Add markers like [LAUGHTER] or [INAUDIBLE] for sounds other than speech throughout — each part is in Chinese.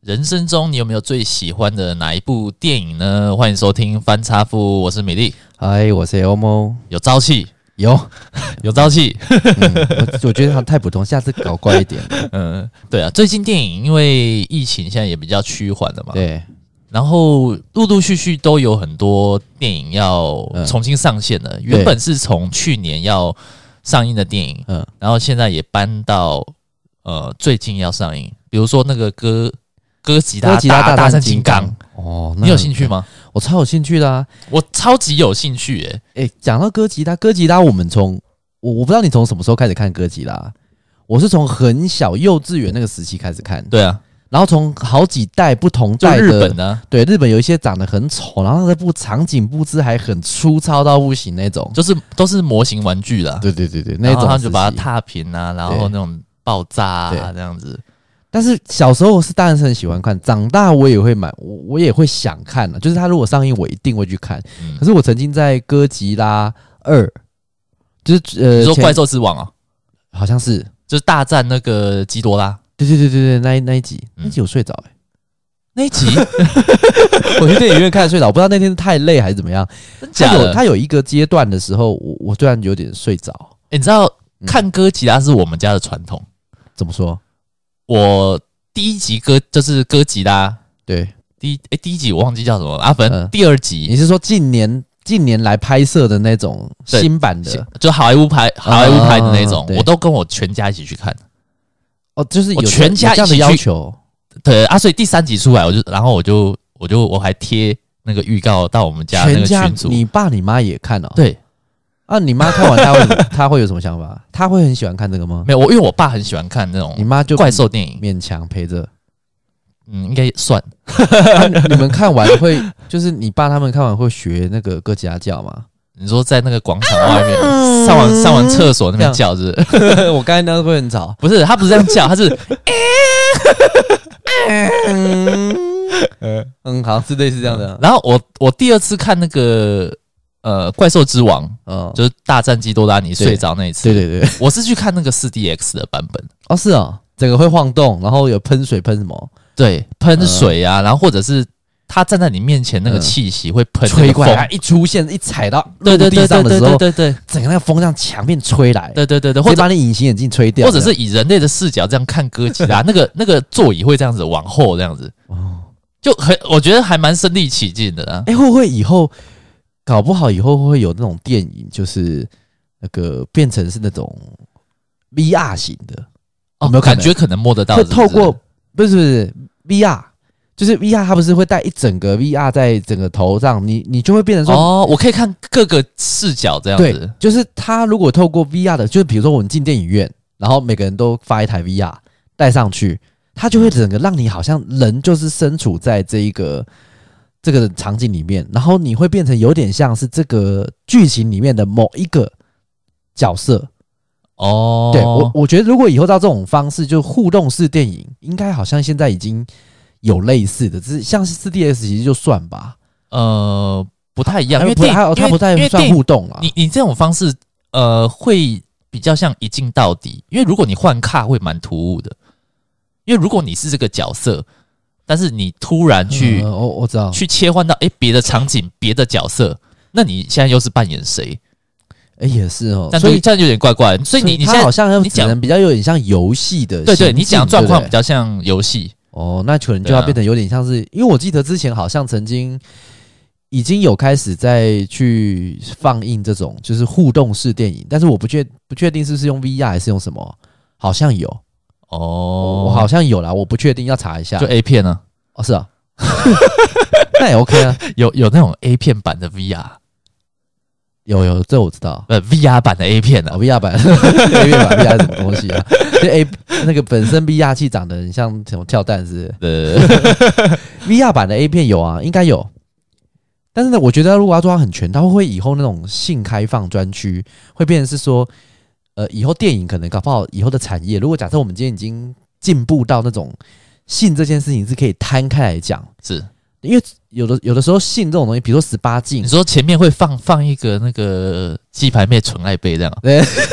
人生中你有没有最喜欢的哪一部电影呢？欢迎收听翻差富，我是米粒，嗨，我是 Elmo。有朝气，有，有朝气。 [LAUGHS] 嗯、我我觉得他太普通，下次搞怪一点。嗯，对啊，最近电影因为疫情现在也比较趋缓 [LAUGHS] 了嘛，对，然后陆陆续续都有很多电影要嗯重新上线了。原本是从去年要上映的电影，嗯，然后现在也搬到呃最近要上映，比如说那个歌歌吉他哥吉拉大战战金刚，哦，那你有兴趣？吗？我超有兴趣的啊！我超级有兴趣诶、诶，讲到哥吉拉，哥吉拉，我们从我我不知道你从什么时候开始看哥吉拉，我是从很小幼稚园那个时期开始看，对啊，然后从好几代不同就代的日本的啊、对日本有一些长得很丑，然后那部场景布置还很粗糙到不行那种。就是都是模型玩具啦，对对对对，那然后种他就把它时期踏平啊，然对后那种爆炸对啊这样子。但是小时候是当然是很喜欢看，长大我也会买，我我也会想看啊的。就是它如果上映，我一定会去看。嗯可是我曾经在《哥吉拉二》，就是呃，你说前怪兽之王哦，好像是，就是大战那个基多拉对对对对对，那一那一集，嗯那一集我睡着、欸，那一 [LAUGHS] 集，我去电影院看睡着，我不知道那天是太累还是 [LAUGHS] 怎么样。真它假有的？它有一个阶段的时候，我我突然有点睡着，欸你知道嗯看哥吉拉是我们家的传统。怎么说？我第一集哥就是哥吉拉，对，第一哎第一集我忘记叫什么了，阿凡、嗯第二你集是说近年近年来拍摄的那种对新版的就好莱坞拍好莱坞拍的那种嗯啊，对我都跟我全家一起去看。哦，就是有我全家有这样的一起要去求，对啊，所以第三集出来，我就然后我就我就我还贴那个预告到我们家那全个家群组，你爸你妈也看哦。对，啊，你妈看完她 [LAUGHS] 会她会有什么想法？她会很喜欢看这个吗？没有我，因为我爸很喜欢看那你种妈就怪兽电影，勉强陪着、 [LAUGHS] 嗯，应该算啊你你们看完会，就是你爸他们看完会学那个哥吉拉叫吗？你说在那个广场外面嗯上完上完厕所那边叫，是不是？ [LAUGHS] 我刚才那会很吵， [LAUGHS] 不是，他不是这样叫，他是 [LAUGHS] 嗯，好像是类似这样的，然后我我第二次看那个呃《怪兽之王》，嗯，就是大战基多拉尼睡着那一次，对对对，我是去看那个四 DX 的版本，哦是哦，整个会晃动，然后有喷水喷什么，对，喷水啊，然后或者是他站在你面前那个嗯气息会喷那吹个过来风，一出现一踩到陆对对地对上对对的时候对，对对整个那个风向墙面吹来，对对对对，会或者把你隐形眼镜吹掉，或者是以人类的视角这样看哥吉 [LAUGHS] 拉，那个那个座椅会这样子往后这样子，哦。就很我觉得还蛮身临其境的啊啦。哎、会不会以后搞不好以后会不会有那种电影，就是那个变成是那种 VR 型的，哦有没有可能感觉可能摸得到会是不是透过不是不是 VR，就是 VR，它不是会带一整个 VR 在整个头上，你你就会变成说，哦，我可以看各个视角这样对子，，就是它如果透过 VR 的，就是比如说我们进电影院，然后每个人都发一台 VR 带上去，它就会整个让你好像人就是身处在这一个这个场景里面，然后你会变成有点像是这个剧情里面的某一个角色。哦，对我，我觉得如果以后到这种方式，就互动式电影，应该好像现在已经有类似的，只是像是四 D S 其实就算吧，呃不太一样，因因为不电它有因它为不太因为算电互动啊了。你你这种方式，呃，会比较像一镜到底，因为如果你换卡会蛮突兀的，因为如果你是这个角色，但是你突然去、嗯我我知道，去切换到诶别的场景、别的角色，那你现在又是扮演谁？哎、也是哦，但所这以样有点怪怪。所以你你它现在好像你只讲能比较有点像游戏的对对，行你讲的进状况对比不对较像游戏，哦，那可能就对啊要变得有点像是，因为我记得之前好像曾经已经有开始在去放映这种就是互动式电影，但是我不确不确定是不是用 VR 还是用什么，好像有，哦，我我好像有啦，我不确定要查一下就。A 片呢、哦，是啊， [LAUGHS] 那也 OK 啊，有有那种 A 片版的 VR，有有这我知道。呃，VR 版的 A 片啊呢、哦，VR 版，AV 版 VR 是什么东西啊？ [LAUGHS] 就 A 那个本身 VR 器长得很像什么跳蛋似的，呃， VR 版的 A 片有啊，应该有。但是呢，我觉得如果要做到很全，它会不会以后那种性开放专区会变成是说，呃，以后电影可能搞不好以后的产业，如果假设我们今天已经进步到那种性这件事情是可以摊开来讲，是因为有的有的时候性这种东西，比如说十八禁你，说前面会放放一个那个鸡排妹纯爱杯这样啊，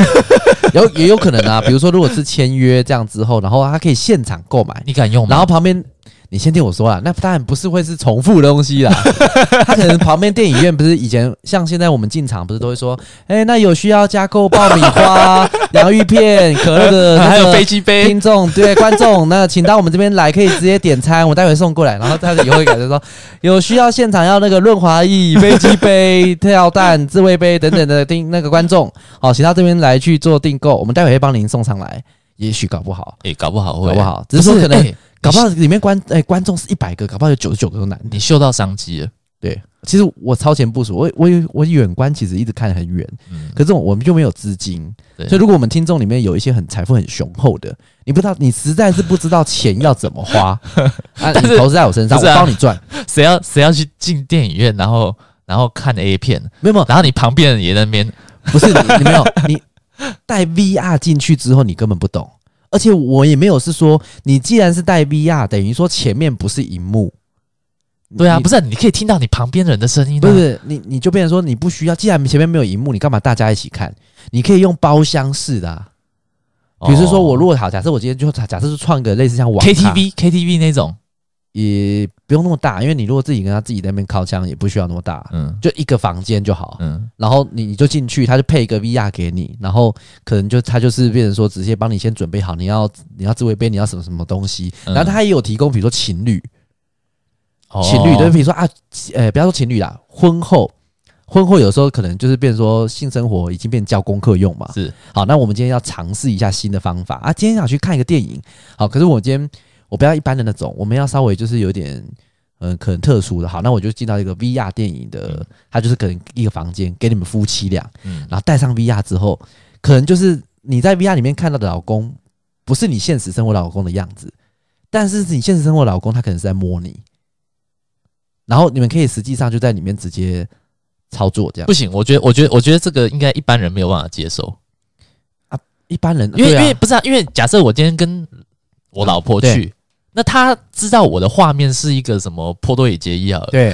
[LAUGHS] 有也有可能啊，比如说如果是签约这样之后，然后它可以现场购买，你敢用吗？然后旁边你你先听我说啦，那当然不是会是重复的东西啦。 [LAUGHS] 他可能旁边电影院不是以前像现在我们进场不是都会说，哎、那有需要加购爆米花、 [LAUGHS] 洋芋片、可乐的、呃还那有个飞机杯，听众对观众，那请到我们这边来，可以直接点餐，我待会送过来。然后他以后会改成说， [LAUGHS] 有需要现场要那个润滑液、飞机杯、跳蛋、自慰杯等等的订那个观众，好，请到这边来去做订购，我们待会会帮您送上来。也许搞不好，哎，搞不好会，搞不好只是说可能哎搞不好里面观哎、观众是一百个，搞不好有九十九个都男的。你嗅到商机了，对，其实我超前部署，我我我远观其实一直看得很远，嗯，可是我们就没有资金，对所以如果我们听众里面有一些很财富很雄厚的，你不知道，你实在是不知道钱要怎 [LAUGHS] 么花，啊，但是你投资在我身上，不是啊我帮你赚，谁要谁要去进电影院，然后然后看 A 片，没有没有， [LAUGHS] 然后你旁边人也在那边，不是你，你没有，你带 VR 进去之后，你根本不懂，而且我也没有是说，你既然是带 VR，等于说前面不是荧幕，对啊，你不是啊你可以听到你旁边人的声音啊，不是你，你就变成说你不需要，既然前面没有荧幕，你干嘛大家一起看？你可以用包厢式的、啊，哦比如说我如果果好，假设我今天就假假设是创个类似像网咖 KTV KTV 那种，也不用那么大，因为你如果自己跟他自己在那边靠枪，也不需要那么大，啊嗯就一个房间就好。嗯，然后你你就进去，他就配一个 VR 给你，然后可能就他就是变成说直接帮你先准备好你要你要自慰杯，你要什么什么东西。嗯然后他也有提供，比如说情侣，哦情侣就比如说啊，呃，不要说情侣啦，婚后。婚后有时候可能就是变成说性生活已经变交功课用嘛，是好，那我们今天要尝试一下新的方法啊！今天想去看一个电影，好，可是我今天我不要一般的那种，我们要稍微就是有点嗯、呃可能特殊的。好，那我就进到一个 VR 电影的，嗯它就是可能一个房间给你们夫妻俩，嗯然后戴上 VR 之后，可能就是你在 VR 里面看到的老公，不是你现实生活老公的样子，但是你现实生活老公他可能是在摸你，然后你们可以实际上就在里面直接操作这样不。行，我觉得我觉得我觉得这个应该一般人没有办法接受，一般人因为、对啊因为不是啊，因为假设我今天跟我老婆去，那她知道我的画面是一个什么波多野结衣啊，对。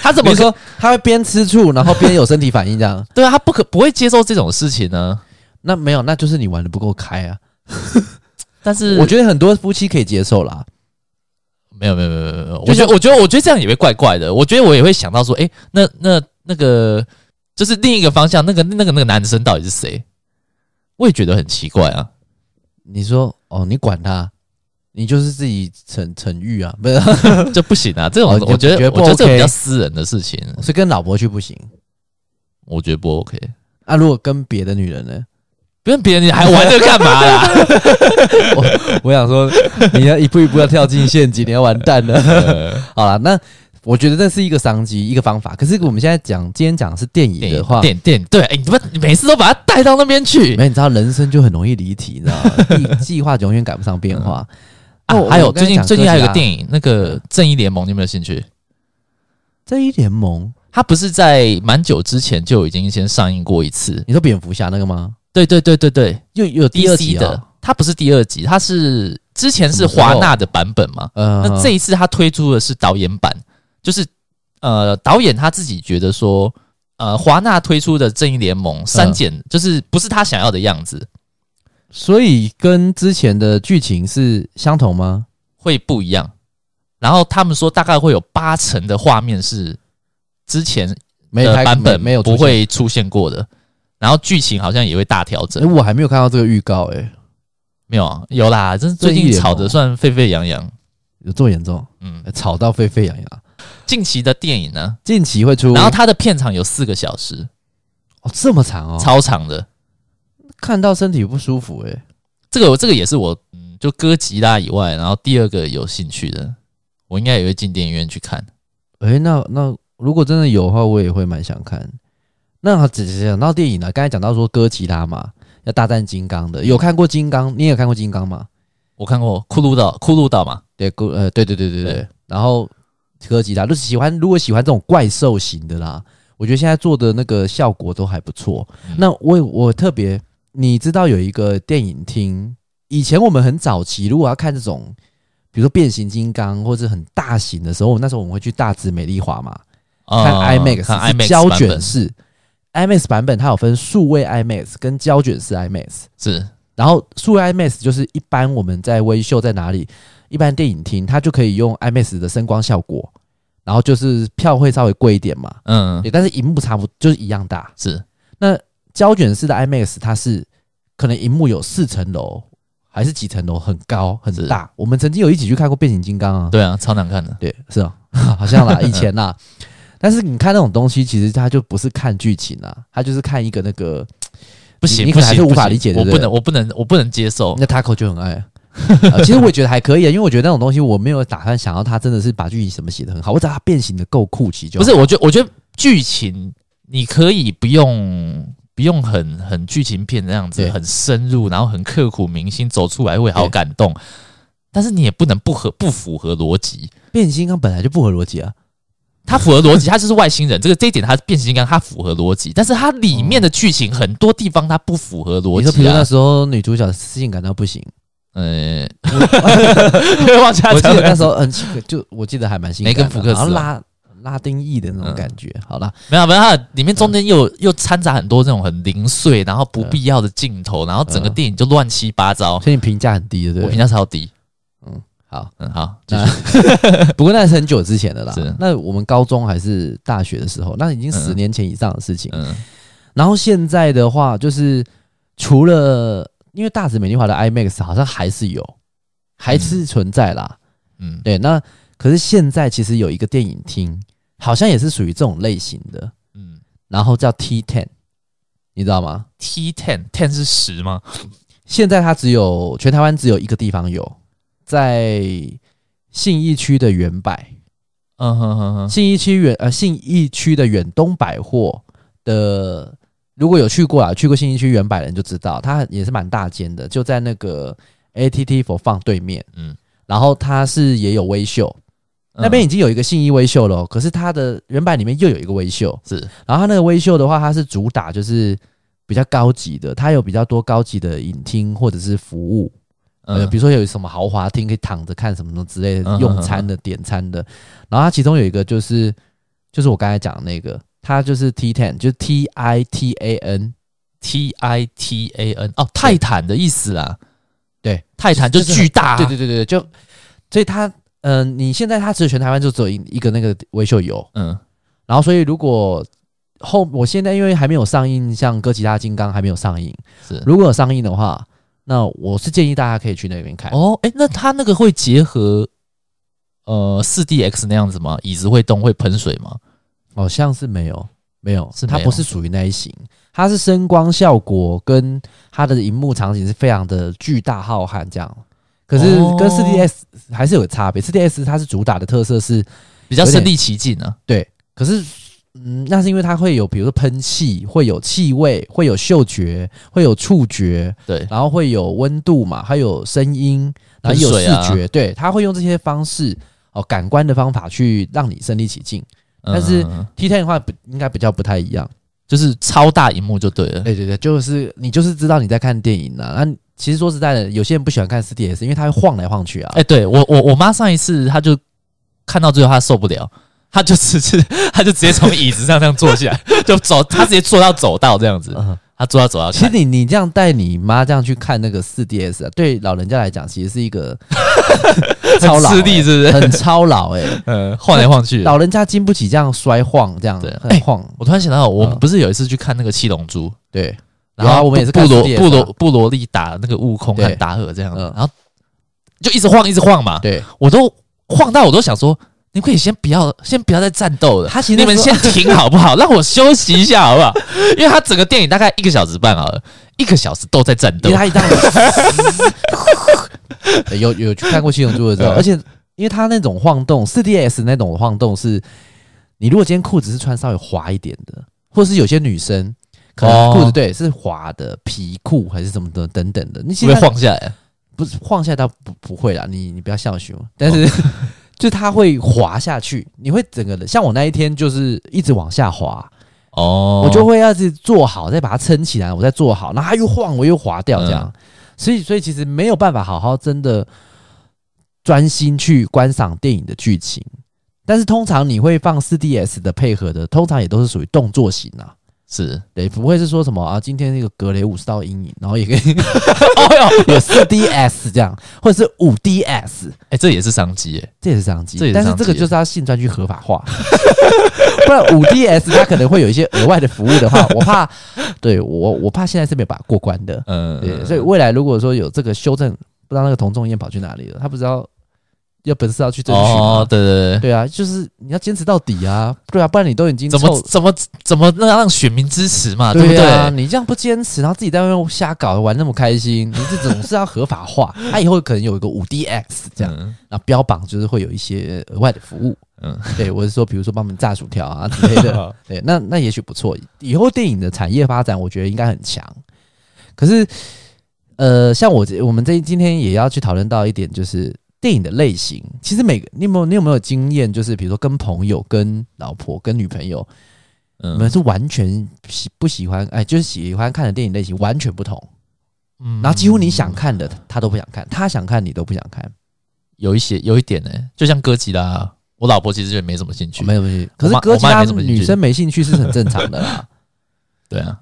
她怎比么如说？说 [LAUGHS] 他会边吃醋，然后边有身体反应这样？对啊，她不可不会接受这种事情啊呢。那没有，那就是你玩的不够开啊。但是我觉得很多夫妻可以接受啦。没有没有没有没有没有，我觉就像得我觉得我觉得这样也会怪怪的。我觉得我也会想到说，诶，那那那个就是另一个方向，那个那个那个男生到底是谁？我也觉得很奇怪啊。 [LAUGHS] 你说哦，你管他，你就是自己逞逞欲啊，不是？ [LAUGHS] 这不行啊！这种、哦你我觉得觉得不我觉得这种 OK 比较私人的事情，所以跟老婆去不行我觉得不 OK。啊。如果跟别的女人呢？ [LAUGHS] 不用别人，你还玩这个干嘛啦？我想说，你要一步一步要跳进陷阱，你要完蛋 [LAUGHS] 了。呃 [LAUGHS] 好了，那我觉得这是一个商机，一个方法。可是我们现在讲，今天讲的是电影电的影话，电电对，哎，你们你每次都把他带到那边去没有，你知道人生就很容易离题，你知道吗？ [LAUGHS] 计计划永远赶不上变化。啊！还有最近最近还有一个影。电影，那个《正义联盟》，你有没有兴趣？正义联盟，它不是在蛮久之前就已经先上映过一次？你说蝙蝠侠那个吗？对对对对对，又又有第二 DC 集啊的，，它不是第二集，它是之前是什么时候华纳的版本嘛？呃，那这一次他推出的是导演版，就是呃，导演他自己觉得说，呃，华纳推出的《正义联盟》嗯删减、就是不是他想要的样子，所以跟之前的剧情是相同吗？会不一样。然后他们说，大概会有八成的画面是之前没的还呃版本没没有出不现，会出现过的，然后剧情好像也会大调整诶。我还没有看到这个预告、诶，没有啊，有啦，这是最正义近联盟吵得算沸沸扬扬。有这么严重？嗯，诶哎吵到沸沸扬扬。近期的电影呢，近期会出，然后它的片长有四个小时，哦这么长哦，超长的。看到身体不舒服、哎诶，这个这个也是我嗯，就哥吉拉以外，然后第二个有兴趣的，我应该也会进电影院去看。诶，那那如果真的有的话，我也会蛮想看。那好只只讲到电影了，刚才讲到说哥吉拉嘛，要大战金刚的，有看过金刚？你也有看过金刚吗？我看过《骷髅岛》，《骷髅岛》嘛，对，古呃，对对对对对。对然后科技啦，就是喜欢如果喜欢这种怪兽型的啦，我觉得现在做的那个效果都还不错。嗯那我我特别，你知道有一个电影厅，以前我们很早期，如果要看这种，比如说变形金刚或者很大型的时候，那时候我们会去大直美丽华嘛，看呃 IMAX，、看是 IMAX 胶版卷本式。IMAX 版本它有分数位 IMAX 跟胶卷式 IMAX，是然后数位 IMAX 就是一般我们在微秀在哪里，一般电影厅，它就可以用 IMAX 的声光效果，然后就是票会稍微贵一点嘛，嗯对，但是荧幕差不多就是一样大。是胶卷式的 IMAX 它是可能荧幕有四层楼还是几层楼，很高很是大。我们曾经有一起去看过变形金刚啊，对啊，超难看的，对，是啊， [LAUGHS] 好像啦，以前啦。但是你看那种东西，其实它就不是看剧情啊，它就是看一个那个，不行，你不可行，能还是无不法行理解对我不不对能，我不能，我不能接受。那 Taco 就很爱。 [LAUGHS] 呃其实我也觉得还可以啊，因为我觉得那种东西我没有打算想要它真的是把剧情什么写的很好，我只要它变形的够酷奇就不是，我觉得我觉得剧情你可以不用不用很很剧情片那样子，对很深入，然后很刻骨铭心，走出来会好对感动。但是你也不能不合不符合逻辑，变形金刚本来就不合逻辑啊，它符合逻辑，它就是外星人，这个这一点它变形金刚它符合逻辑，但是它里面的剧情很多地方它不符合逻你说比辑如那啊。时候女主角性感到 [LAUGHS] 不行，呃， [LAUGHS] 忘记我记得那时候候很奇怪，就我记得还蛮性感的，梅根福克斯啊然后拉拉丁裔的那嗯种感觉。好啦，没有没有，它里面中间又、又掺杂很多这种很零碎，然后不嗯必要的镜头，然后整个电影就乱七八糟。所以你评价很嗯低，对不对？我评价超低，好，嗯，好，继续那不过那是很久之前的啦是。那我们高中还是大学的时候，那已经十年前以上的事情。嗯，然后现在的话，就是除了因为大紫美丽华的 IMAX 好像还是有，还是存在啦。嗯，对，那可是现在其实有一个电影厅，好像也是属于这种类型的，嗯然后叫 T Ten，你知道吗？ ，T ten ten 是十吗？现在它只有全台湾只有一个地方有，在信义区的远百，嗯哼哼哼，信义区远呃信义区的远东百货的，如果有去过啊，去过信义区远百的人就知道，它也是蛮大间的，就在那个 ATT 佛放对面，嗯嗯，然后它是也有微秀，那边已经有一个信义微秀了哦，可是它的原版里面又有一个微秀，是然后它那个微秀的话，它是主打就是比较高级的，它有比较多高级的影厅或者是服务，呃，嗯比如说有什么豪华厅可以躺着看什么什么之类的，嗯用餐的、点餐的。然后它其中有一个就是，就是我刚才讲的那个，它就是 T ten，就是 T I T A N， T I T A N 哦，泰坦的意思啊，对，泰坦就是巨大，对对对对，就啊所以它，嗯、你现在它只有全台湾就只有一一个那个维秀有，嗯然后所以如果后我现在因为还没有上映，像哥吉拉、金刚还没有上映，是如果有上映的话，那我是建议大家可以去那边看。哦，哎，那它那个会结合呃四 D X 那样子吗？椅子会动会喷水吗？好哦像是没有，没有，是它没有不是属于那一型，它是声光效果跟它的荧幕场景是非常的巨大浩瀚这样。可是哦跟四 D S 还是有差别，四 D S 它是主打的特色是，比较有点身临其境啊，可是嗯，那是因为它会有比如说喷气，会有气味，会有嗅觉，会有触觉，对，然后会有温度嘛，还有声音，然后也有喷水视啊觉，对，它会用这些方式哦感官的方法去让你身临其境。但是嗯嗯嗯 T ten 的话不应该比较不太一样。就是超大荧幕就对了，对对对，就是你就是知道你在看电影呐、那其实说实在的，有些人不喜欢看四 D S，因为它会晃来晃去啊。哎、对我我我妈上一次她就看到最后她受不了，她就直接 [LAUGHS] 她就直接从椅子上这样坐下来， [LAUGHS] 就走，她直接坐到走道这样子，嗯她坐到走道其实看。你你这样带你妈这样去看那个四 D S，、啊、对老人家来讲，其实是一个 [LAUGHS] 超老、吃力欸，是不是？很超老 [LAUGHS] 哎、 [LAUGHS] 嗯，晃来晃去 [LAUGHS] 的。老人家经不起这样摔晃，这样对很晃。我突然想到，我们嗯不是有一次去看那个《七龙珠》，对，然有啊后我们也是布看罗 4DS 啊布罗布罗利打那个悟空对和达尔这样，嗯然后就一直晃一直晃嘛，对，我都晃到我都想说，你可以先不要先不要再战斗了，他其实你那们时候先停好不 [LAUGHS] 好？让我休息一下好不好？因为他整个电影大概一个小时半好了，一个小时都在战因斗为，他一样对 [LAUGHS] 有有去看过《七龙珠》的知道，嗯而且因为他那种晃动，四 D S 那种晃动是，你如果今天裤子是穿稍微滑一点的，或是有些女生可能裤子、哦对是滑的皮裤还是什么的等等的，会你其不实会晃下来？不是晃下来倒不不会啦，你你不要笑羞，但是、就它会滑下去，你会整个人像我那一天就是一直往下滑，哦，我就会要是做好，再把它撑起来，我再做好，然后它又晃，我又滑掉这样。所以，所以其实没有办法好好真的专心去观赏电影的剧情。但是通常你会放四 D S 的配合的，通常也都是属于动作型啊，是，对，不会是说什么啊，今天那个格雷五十道阴影，然后也可以， [LAUGHS] 哦哟，有四 DS 这样，或者是五 DS，哎、这也是商机、欸，这也是商机，这也是但是商这个机就是要性专区合法化， [LAUGHS] 不然五 DS 它可能会有一些额外的服务的 [LAUGHS] 话，我怕，对我我怕现在是没有把它过关的，嗯，对，所以未来如果说有这个修正，不知道那个童仲彦跑去哪里了，他不知道要本是要去争取吗哦，对对对，对啊，就是你要坚持到底啊，对啊，不然你都已经怎凑么怎么怎么让让选民支持嘛，对不啊，对？你这样不坚持，然后自己在外面瞎搞玩那么开心，你这总是要合 [LAUGHS] 法化。他以后可能有一个五 DX 这样，嗯然后标榜就是会有一些额外的服务。嗯， [LAUGHS] 对我是说，比如说帮我们炸薯条啊之类 [LAUGHS] [LAUGHS] 的。对，那那也许不错。以后电影的产业发展，我觉得应该很强。可是，呃，像我这我们这今天也要去讨论到一点，就是电影的类型。其实每个你有没有你有没有经验，就是比如说跟朋友、跟老婆、跟女朋友，你们嗯是完全喜不喜欢？哎，就是喜欢看的电影类型完全不同，嗯然后几乎你想看的他都不想看，他想看你都不想看，有一些有一点呢、就像哥吉拉，我老婆其实也哦没什么兴趣，哦没有没有。可是妈哥吉我妈也没拉什么兴趣女生没兴趣是很正常的啦。对啊，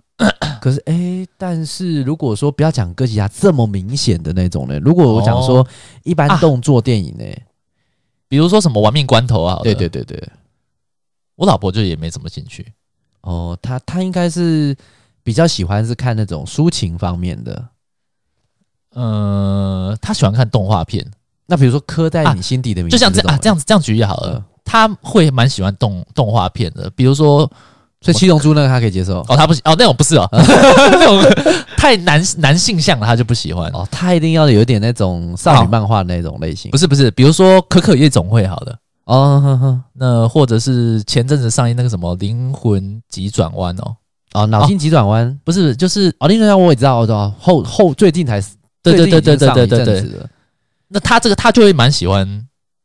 [LAUGHS] 可是哎、但是如果说不要讲哥吉拉这么明显的那种呢，如果我讲说哦一般啊动作电影呢，比如说什么玩命关头啊，对对，对对，我老婆就也没什么兴趣，哦，他他应该是比较喜欢是看那种抒情方面的。呃，她喜欢看动画片，那比如说刻在哦你心底的名字、就像这啊这样，样子这样举例好了嗯，她会蛮喜欢动动画片的，比如说所以七龙珠那个他可以接受哦，她不喜哦那种不是 [LAUGHS] 哦，那种太男男性向了，她就不喜欢。哦，他一定要有点那种少女漫画那种类型，不是是不是，比如说《可可夜总会》好了，哦哼哼那或者是前阵子上映那个什么《灵魂急转弯》哦，哦，脑筋急转弯不是，就是哦，另外我也知道，我知道后后最近才对对对对对对对对，对，那他这个他就会蛮喜欢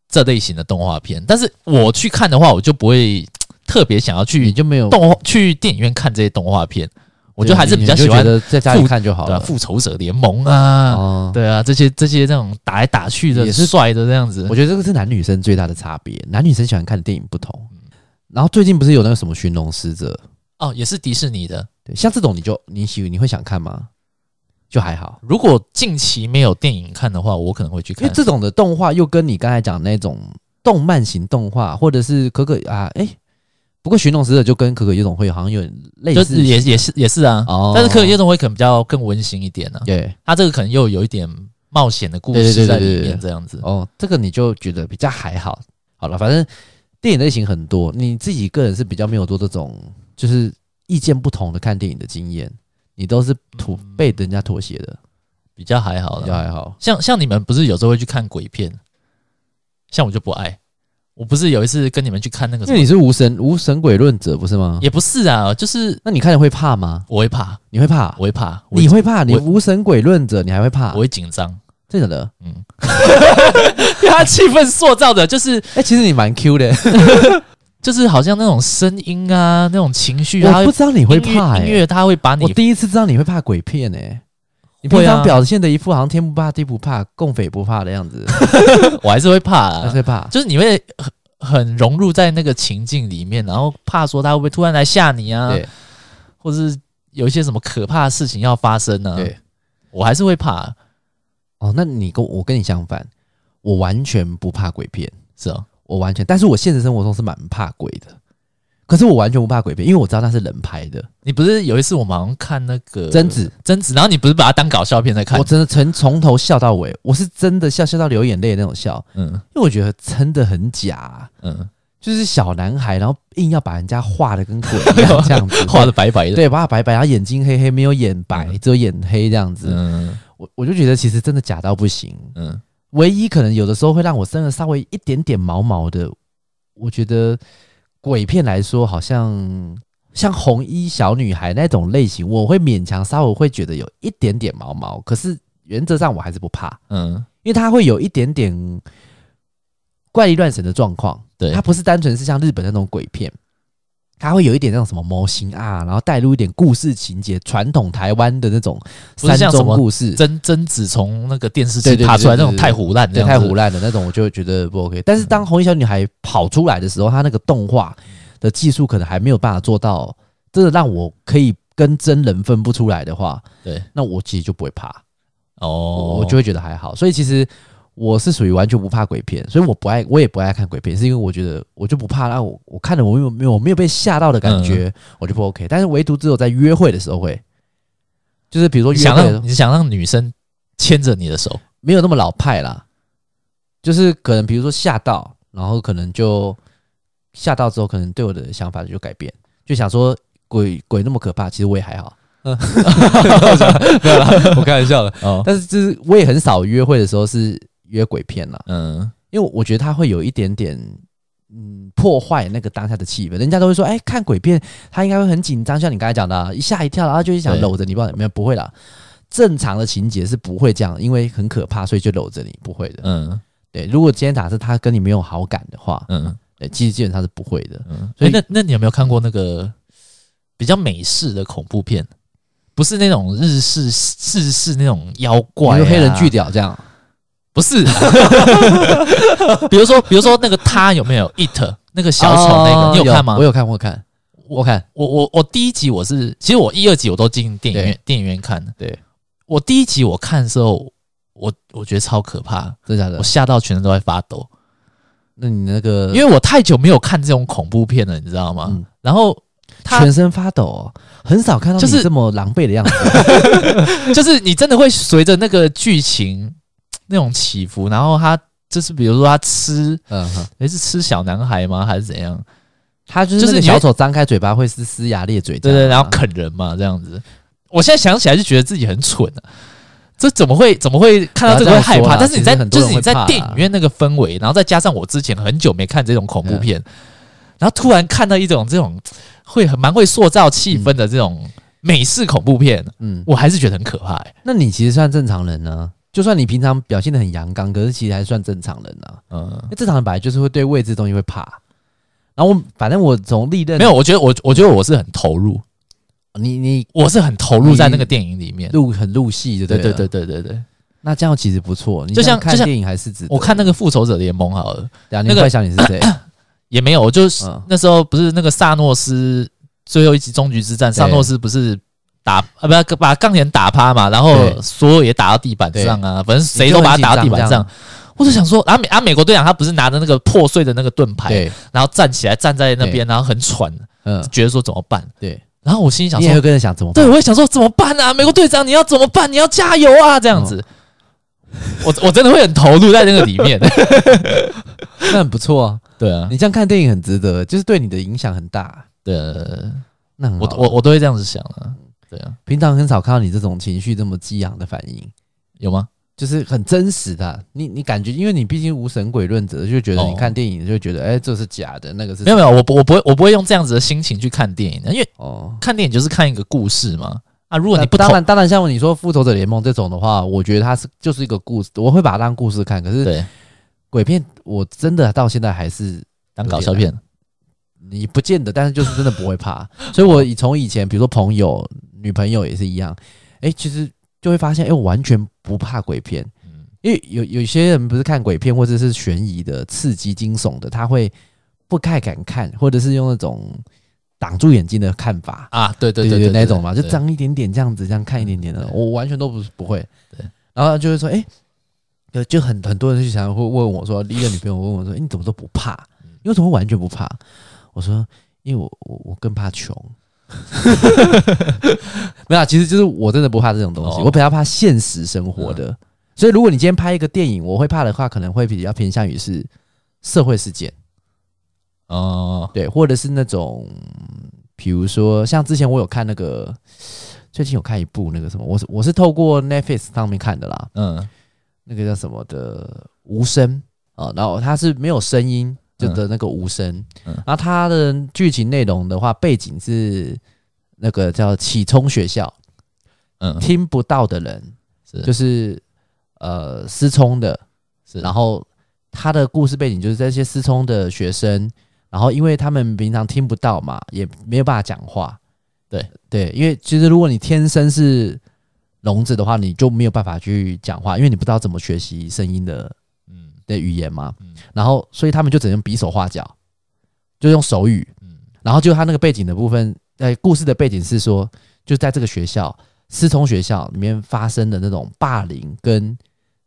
这类型的动画片，但是我去看的话，我就不会特别想要你去就没有，动画去电影院看这些动画片，我就还是比较你就喜欢觉对得在家里看就好啊了，复仇者联盟啊，哦，对啊，这些这些这种打来打去的也是帅的这样子我，觉得这个是男女生最大的差别，男女生喜欢看的电影不同。嗯然后最近不是有那个什么《寻龙使者》，哦，也是迪士尼的。对，像这种你就你喜你会想看吗？就还好，如果近期没有电影看的话，我可能会去因看为。这种的动画又跟你刚才讲的那种动漫型动画，或者是可可啊，哎、不过《寻龙使者》就跟可可夜总会好像有点类就似是性，也也是也是啊，哦但是《可可夜总会》可能比较更温馨一点呢、啊，对它这个可能又有一点冒险的故对对事对在对里对面，对这样子。哦，这个你就觉得比较还好。好了，反正电影类型很多，你自己个人是比较没有多这种就是意见不同的看电影的经验，你都是妥被人家妥协的，比较还好啦。比较还好。像像你们不是有时候会去看鬼片，像我就不爱。我不是有一次跟你们去看那个什因么为，你是无神无神鬼论者，不是吗？也不是啊，就是那你看了会怕吗？我会怕，你会怕？我会怕，我你会怕？你我无神鬼论者，你还会怕？我会紧 [LAUGHS] 张。真的假的？嗯，他气氛塑造的就是哎、其实你蛮 Q 的，就是好像那种声音啊，那种情绪啊， [LAUGHS] 我不知道你你会怕哎、音乐他会把我你第一次知道你会怕鬼片哎、你平会啊常表现的一副好像天不怕地不怕、共匪不怕的样 [LAUGHS] 子，我还是会怕还是啊，会怕？就是你会很很融入在那个情境里面，然后怕说他会不会突然来吓你啊，对或是有一些什么可怕的事情要发生呢、对，我还是会怕，啊哦，那你跟我跟你相反，我完全不怕鬼片，是哦，我完全，但是我现实生活中是蛮怕鬼的。可是我完全不怕鬼片，因为我知道那是人拍的，你不是有一次我们好像看那个贞子，贞子，然后你不是把它当搞笑片在呃看我？真的从从头笑到尾，我是真的笑笑到流眼泪的那种笑，嗯因为我觉得真的很假、嗯，就是小男孩，然后硬要把人家画的跟鬼一样这样 [LAUGHS] 子，画的白白的，对，把他白白，然后眼睛黑黑，没有眼白，嗯只有眼黑这样子，嗯我我就觉得其实真的假到不行，嗯，唯一可能有的时候会让我真的稍微一点点毛毛的，我觉得鬼片来说，好像像红衣小女孩那种类型，我会勉强稍微会觉得有一点点毛毛，可是原则上我还是不怕，嗯，因为它会有一点点怪力乱神的状况，对它不是单纯是像日本那种鬼片。它会有一点那种什么模型啊，然后带入一点故事情节，传统台湾的那种不是山像什中么故事，贞贞子从那个电视对机对对爬出来对那对种对太胡烂这对，样子，太胡乱的那种，我就会觉得不 OK。但是当红衣小女孩跑出来的时候，她那个动画的技术可能还没有办法做到真的让我可以跟真人分不出来的话，对，那我其实就不会怕，哦，我就会觉得还好。所以其实我是属于完全不怕鬼片，所以我不爱，我也不爱看鬼片，是因为我觉得我就不怕，那我我看了我没有没有我没有被吓到的感嗯觉，我就不 OK。但是唯独只有在约会的时候会，就是比如说你约想会的时候让你想让女生牵着你的手，没有那么老派啦，就是可能比如说吓到，然后可能就吓到之后，可能对我的想法就改变，就想说鬼鬼那么可怕，其实我也还好。 [LAUGHS] 没有啦，我开玩笑的。哦，但是就是我也很少约会的时候是约鬼片啦，嗯，因为我觉得它会有一点点嗯破坏那个当下的气氛。人家都会说，哎、看鬼片他应该会很紧张，像你刚才讲的、啊，一吓一跳，然后就想对搂着你，不知道没有不会啦。正常的情节是不会这样，因为很可怕，所以就搂着你，不会的。嗯对，如果今天假设他跟你没有好感的话，嗯对，其实基本上是不会的。嗯。所所以以那那你有没有看过那个比较美式的恐怖片？不是那种日式、日式那种妖怪、比啊、如黑人巨屌这样，不是。 [LAUGHS] 比如说，比如说那个他有没有 it 那个小丑那个，哦你有看吗我？有看，我有看，我看。我我我第一集我是，其实我一二集我都进电影院电影院看的。对，我第一集我看的时候，我我觉得超可怕，真的假的我？吓到全身都在发抖。那你那个因为我太久没有看这种恐怖片了，你知道吗？嗯然后他全身发抖、哦，很少看到就是你这么狼狈的样 [LAUGHS] 子。就是你真的会随着那个剧情那种起伏，然后他就是比如说他吃，嗯哼，诶是吃小男孩吗？还是怎样？ [LAUGHS] 他就是就是那个你会小丑张开嘴巴会是呲牙咧嘴这对样啊，对，然后啃人嘛，这样子。我现在想起来就觉得自己很蠢啊，这怎么会怎么会看到这个会害不要这样说怕？啦但是你在其实很多就人是你在会怕啊电影院那个氛围，然后再加上我之前很久没看这种恐怖嗯片，然后突然看到一种这种会很蛮会塑造气氛的这种美式恐怖片，嗯，我还是觉得很可怕、欸。那你其实算正常人呢、就算你平常表现的很阳刚，可是其实还算正常人啊。嗯因，为正常人本来就是会对未知的东西会怕。然后我反正我从历任没有，我觉得我我觉得我是很投入，你你我是很投入在那个电影里面。入很入戏，嗯对对不对对对了对对对，那这样其实不错。你就这样像看就像电影还是值得的。我看那个《复仇者联盟》好了，两那年个幻想你是谁？也没有，我就是嗯那时候不是那个萨诺斯最后一集终局之战，对萨诺斯不是打啊不把钢铁人打趴嘛，然后对所有也打到地板上啊，反正 [COUGHS] 谁你就都很把他打到地紧张板这样上。我就想说，啊美啊美国队长他不是拿着那个破碎的那个盾牌，对，然后站起来站在那边，然后很喘，嗯，觉得说怎么办？对，然后我心里想你说也会，跟着想怎么办？对，我也想说怎么办啊？美国队长，你要怎么办？你要加油啊！这样子，我 [LAUGHS] 我真的会很投入在那个里 [LAUGHS] 面。那很不错啊。对啊，你这样看电影很值得，就是对你的影响很大。对啊，对啊对啊那很我好我我都会这样子想啊。对啊，平常很少看到你这种情绪这么激昂的反应，有吗？就是很真实的啊。你你感觉，因为你毕竟无神鬼论者，就觉得哦你看电影就觉得，哎、这是假的，那个是没有没有，我不我不会我不会用这样子的心情去看电影啊的，因为哦。看电影就是看一个故事嘛。啊，如果你那不当投然，当然，像你说《复仇者联盟》这种的话，我觉得它是就是一个故事，我会把它当故事看。可是对鬼片，我真的到现在还是当搞笑片，你不见得，但是就是真的不会怕。 [LAUGHS] 所以我以从以前，比如说朋友、女朋友也是一样，哎、其实就会发现，哎、我完全不怕鬼片，嗯因为有有些人不是看鬼片或者是悬疑的、刺激惊悚的，他会不太敢看，或者是用那种挡住眼睛的看法，啊，对对对对，那种嘛，就对长一点点这样子，这样看一点点的，我完全都不是不会。对，然后就会说，哎、就就很很多人就想会问我说，一个女朋友问我说，诶你怎么都不怕？嗯你为什么会完全不怕？我说，因为我我我更怕 [LAUGHS] 穷。没有啊，其实就是我真的不怕这种东西，哦嗯我比较怕现实生活的。所以如果你今天拍一个电影，我会怕的话，可能会比较偏向于是社会事件。哦，对，或者是那种，比如说像之前我有看那个，最近有看一部那个什么，我是我是透过 Netflix 上面看的啦，嗯那个叫什么的无声啊、然后它是没有声音就嗯的那个无声，嗯然后它的剧情内容的话，背景是那个叫启聪学校，嗯，听不到的人是就是呃失聪的，是然后他的故事背景就是这些失聪的学生，然后因为他们平常听不到嘛，也没有办法讲话。对对，因为其实如果你天生是聋子的话，你就没有办法去讲话，因为你不知道怎么学习声音的嗯的语言嘛。嗯然后，所以他们就只能比手画脚，就用手语。嗯然后就他那个背景的部分，呃，故事的背景是说，就在这个学校思聪学校里面发生的那种霸凌跟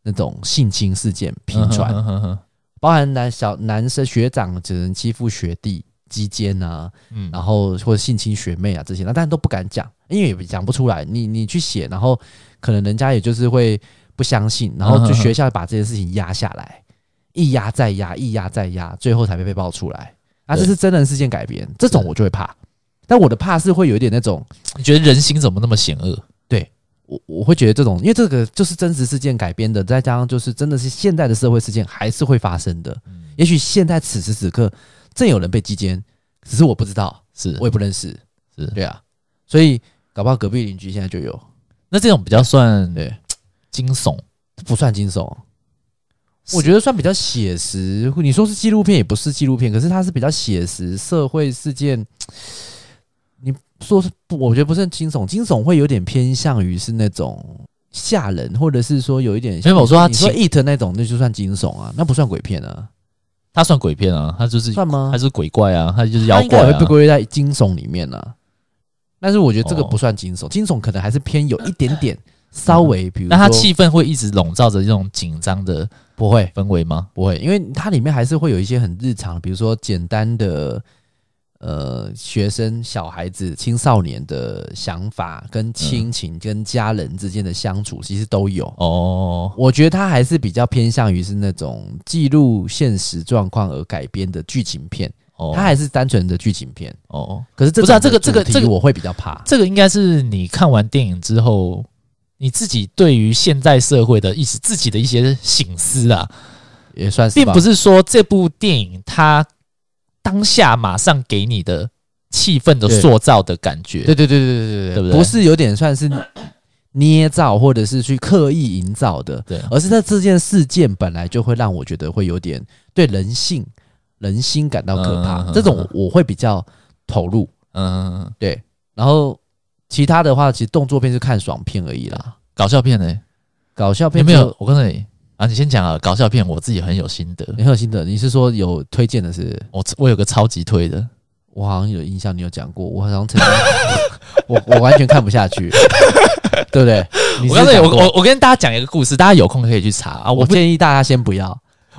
那种性侵事件频嗯传，哼哼哼哼包含男小男生学长只能欺负学弟、击奸啊，嗯，然后或者性侵学妹啊这些，那但都不敢讲，因为也讲不出来。你你去写，然后可能人家也就是会不相信，然后就学校把这件事情压下来，一压再压，一压再压，最后才被被爆出来。啊，这对是真人事件改编，这种我就会怕。但我的怕是会有一点那种，你觉得人心怎么那么险恶？我我会觉得这种，因为这个就是真实事件改编的，再加上就是真的是现在的社会事件还是会发生的。嗯也许现在此时此刻正有人被击奸，只是我不知道，是我也不认识。是，对啊，所以搞不好隔壁邻居现在就有，那这种比较算对惊悚，不算惊悚，是我觉得算比较写实。你说是纪录片也不是纪录片，可是它是比较写实社会事件。你说是不？我觉得不是很惊悚，惊悚会有点偏向于是那种吓人，或者是说有一点没有我说它你说情 it 那种，那就算惊悚啊，那不算鬼片啊，它算鬼片啊，它就是算吗它？是鬼怪啊，它就是妖它应怪该也会啊被。归类在惊悚里面啊。但是我觉得这个哦不算惊悚，惊悚可能还是偏有一点点稍微，比如哦那它说气氛会一直笼罩着这种紧张的不会，氛围吗？不会，因为它里面还是会有一些很日常，比如说简单的呃学生、小孩子、青少年的想法、跟亲情、跟家人之间的相处，其实都有。哦，我觉得它还是比较偏向于是那种记录现实状况而改编的剧情片，哦，它还是单纯的剧情片。哦，可是这不是啊种的这个这个主题这个我会比较怕。这个应该是你看完电影之后，你自己对于现在社会的一些自己的一些醒思啊，也算是并吧不是说这部电影它当下马上给你的气氛的塑造的感觉对，对对对对对对不不对是有点算是 [COUGHS] 捏造或者是去刻意营造的，对而是在这件事件本来就会让我觉得会有点对人性、人心感到可怕，嗯嗯嗯这种我我会比较投入。嗯，对，然后其他的话，其实动作片是看爽片而已啦，搞笑片呢、欸？搞笑有片没就有？我告诉你啊，你先讲啊，搞笑片我自己很有心得，很有心得？你是说有推荐的是不是？我我有个超级推的，我好像有印象，你有讲过，我好像曾经， [LAUGHS] 我我完全看不下去，对不对？你是我告诉你，讲我过我我跟大家讲一个故事，大家有空可以去查啊，我我不建议大家先不要。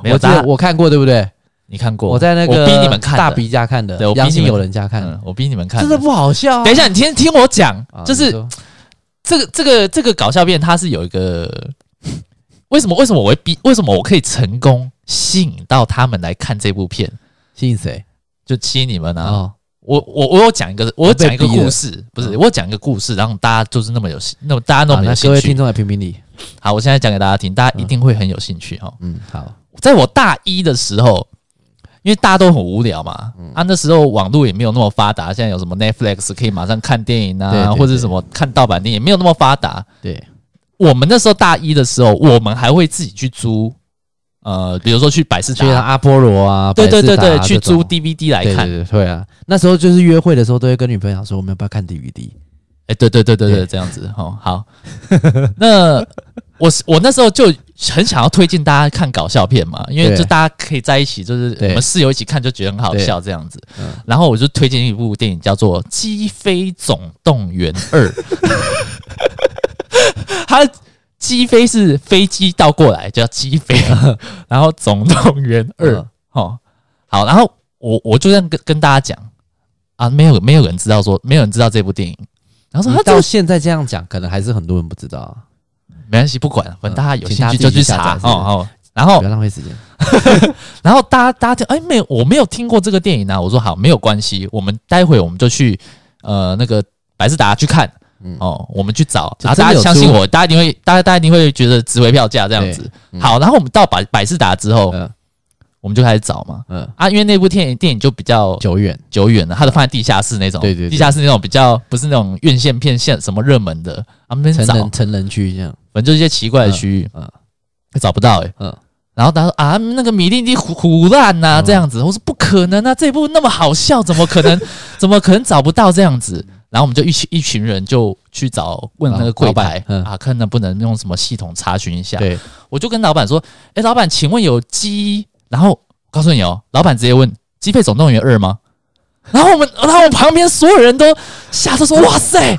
没有我记大得家我看过，对不对？你看过，我在那个我逼你们看的大鼻家看的对我，逼良你心们有人家看，嗯，我逼你们看的，真的不好笑啊。等一下，你先听我讲啊，就你是说这个这个这个搞笑片，它是有一个为什么为什么我会逼，为什么我可以成功吸引到他们来看这部片，吸引谁就吸引你们啊！啊？我我我有讲一个，我有讲一个被逼了嗯故事，不是我有讲一个故事，然后大家就是那么有兴，那么大家那好，么那有各兴位趣听。众来嗯评评理。好，我现在讲给大家听，大家一定会很有兴趣哈、哦。嗯，好，在我大一的时候，因为大家都很无聊嘛，嗯啊，那时候网络也没有那么发达，现在有什么 Netflix 可以马上看电影啊，对对对或者什么看盗版电影，没有那么发达。对，我们那时候大一的时候，我们还会自己去租，呃，比如说去百事去像达，阿波罗啊，对对百对事达啊对，去这种租 DVD 来对看，对对对啊。那时候就是约会的时候，都会跟女朋友说我们要不要看 DVD。哎，对对对对对，对这样子，哦，好。 [LAUGHS] 那我是我那时候就很想要推荐大家看搞笑片嘛，因为对就大家可以在一起，就是我对们室友一起看就觉得很好笑这样子嗯。然后我就推荐一部电影叫做《鸡飞总动员二》， [LAUGHS] 它鸡飞是飞机倒过来叫鸡 [LAUGHS] 飞，然后总动员二嗯，哦，好，然后我我就这样跟跟大家讲啊，没有没有人知道说，没有人知道这部电影。然后说你他这到个现在这样讲，可能还是很多人不知道啊，没关系，不管，反正大家有呃请兴大趣家就自己去去下查载是哦不是哦。然后不要浪费时间。然后大家大家就哎没有，我没有听过这个电影啊。我说好，没有关系，我们待会我们就去呃那个百事达去看。嗯哦，我们去找，就然后大真的家有相信出我，大家一定会，大家大家一定会觉得值回票价这样子。嗯好，然后我们到百百事达之后，嗯我们就开始找嘛。嗯，啊，因为那部电影电影就比较久远，久远了，它都放在地下室那种，对对对地下室那种比较不是那种院线片线什么热门的，他们成找，人成人区这样。反正就是一些奇怪的区域，嗯找不到哎、欸嗯然后他说啊，那个米粒粒胡胡烂呐、嗯这样子，我说不可能啊，这部那么好笑，怎么可 [LAUGHS] 能，怎么可能找不到这样子？然后我们就一群一群人就去找问那个柜台老、板嗯啊，看能不能用什么系统查询一下。对，我就跟老板说，哎，老板，请问有鸡？然后我告诉你哦，老板直接问《鸡肺总动员二》吗？然后我们，然后我们旁边所有人都吓得说：“哇塞，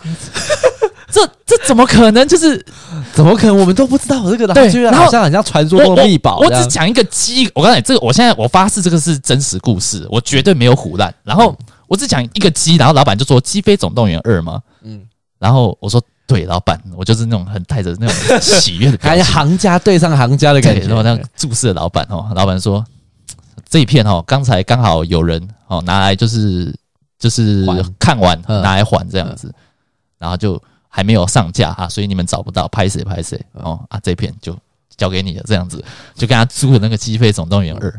[LAUGHS] 这这怎么可能？就是怎么可能？我们都不知道这个的，对居然然后好像很像传说我中的秘宝我。我这样只讲一个基，我刚才这个，我现在我发誓这个是真实故事，我绝对没有胡嗯乱。然后我只讲一个鸡，然后老板就说《鸡飞总动员二》吗？嗯，然后我说对，老板，我就是那种很带着那种喜悦的 [LAUGHS] 表感觉情，行家对上行家的感对，觉。然后那样注视着老板哦，老板说这一片哦，刚才刚好有人哦拿来就是就是还看完嗯拿来还这样子，然后就还没有上架啊，所以你们找不到，拍谁拍谁哦嗯啊，这片就交给你了，这样子就跟他租的那个《鸡飞总动员二》。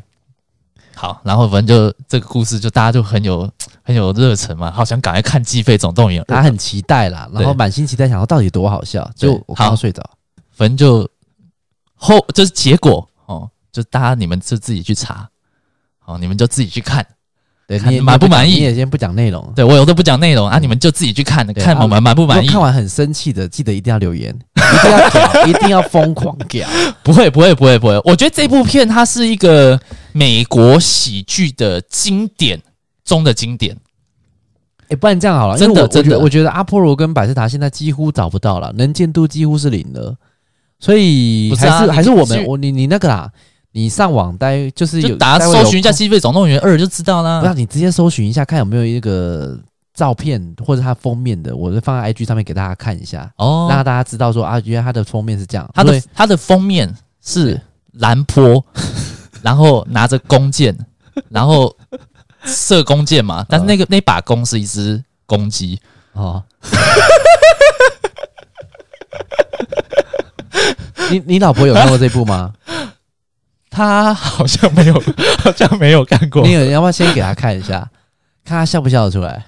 好，然后反正就这个故事，就大家就很有很有热忱嘛，好想赶快看《鸡飞总动员二》他很期待啦，然后对满心期待想说到底多好笑，对就我刚好刚睡着。反正就后就是结果哦，就大家你们就自己去查，哦，你们就自己去看。对，看你也满不满意你也先不讲内容，对我有都不讲内容啊，你们就自己去看，对看我们满不满如意果？看完很生气的，记得一定要留言，一定要 [LAUGHS] 屌，一定要疯狂啊屌。不会，不会，不会，不会。我觉得这部片它是一个美国喜剧的经典中的经典。哎，不然这样好了，真的因为我真的我觉得我觉得阿波罗跟百事达现在几乎找不到了，能见度几乎是零了，所以不是还啊是你还是我去们我你你那个啦，你上网待就是就有打待会有搜寻一下《西非总动员二》就知道不啦要。你直接搜寻一下，看有没有一个照片或者它封面的，我就放在 IG 上面给大家看一下，让哦，大家知道说啊，原来它的封面是这样。它的对它的封面是蓝 [LAUGHS] 波，然后拿着弓箭，然后射弓箭嘛。但是那个那把弓是一只公鸡，哦，你你老婆有看过这部吗？他 [LAUGHS] 好像没有，好像没有看过你。有你要不要先给她看一下，看她笑不笑得出来？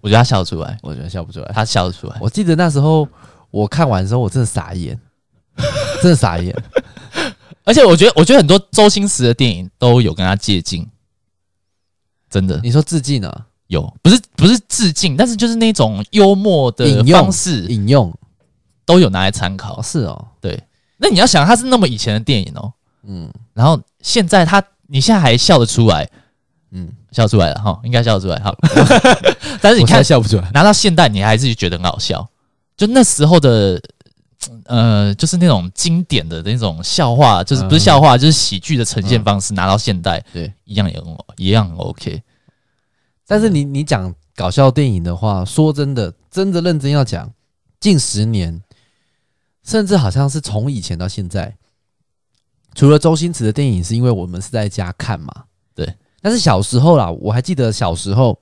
我觉得他笑得出来，我觉得笑不出来。他笑得出来。我记得那时候我看完之后，我真的 [LAUGHS] 傻眼，真的傻眼。而且我觉得，我觉得很多周星驰的电影都有跟他借镜，真的你说致敬啊，有，不是不是致敬，但是就是那种幽默的引用方式引用都有拿来参考哦，。是哦，那你要想，他是那么以前的电影哦，嗯然后现在他，你现在还笑得出来，嗯，笑出来了哈，应该笑得出来 [LAUGHS] 哈。但是你我才看，笑不出来。拿到现代，你还是觉得很好笑。就那时候的，呃，就是那种经典的那种笑话，就是不是嗯笑话，就是喜剧的呈现方式，拿到现代，对，一样也很一样很 OK。但是你你讲搞笑电影的话，说真的，真的认真要讲，近十年，甚至好像是从以前到现在，除了周星驰的电影，是因为我们是在家看嘛，对。但是小时候啦，我还记得小时候，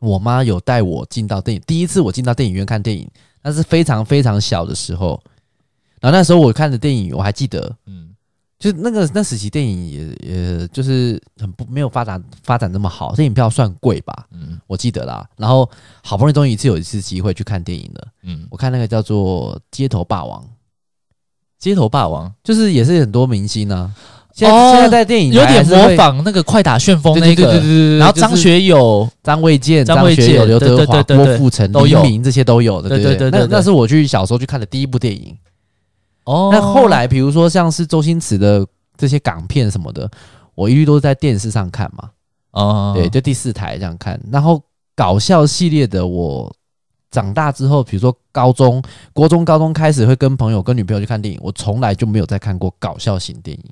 我妈有带我进到电影，第一次我进到电影院看电影，那是非常非常小的时候。然后那时候我看的电影，我还记得，嗯，就是那个那时期电影也也就是很不没有发展发展那么好，电影票算贵吧，嗯我记得啦。然后好不容易终于一次有一次机会去看电影了，嗯，我看那个叫做《街头霸王》，街头霸王就是也是很多明星啊， [LAUGHS] 现在、哦现在在电影有点还是模会仿那个快打旋风那对对对个，对对对对然后就是张学友，张卫健、张卫健学友、刘德对华、对对对对郭富城、都黎有明这些都有的，对对对对对对那那是我去小时候去看的第一部电影。哦那后来比如说像是周星驰的这些港片什么的，我一律都是在电视上看嘛。哦，对，就第四台这样看。然后搞笑系列的，我长大之后，比如说高中、国中、高中开始会跟朋友、跟女朋友去看电影，我从来就没有再看过搞笑型电影，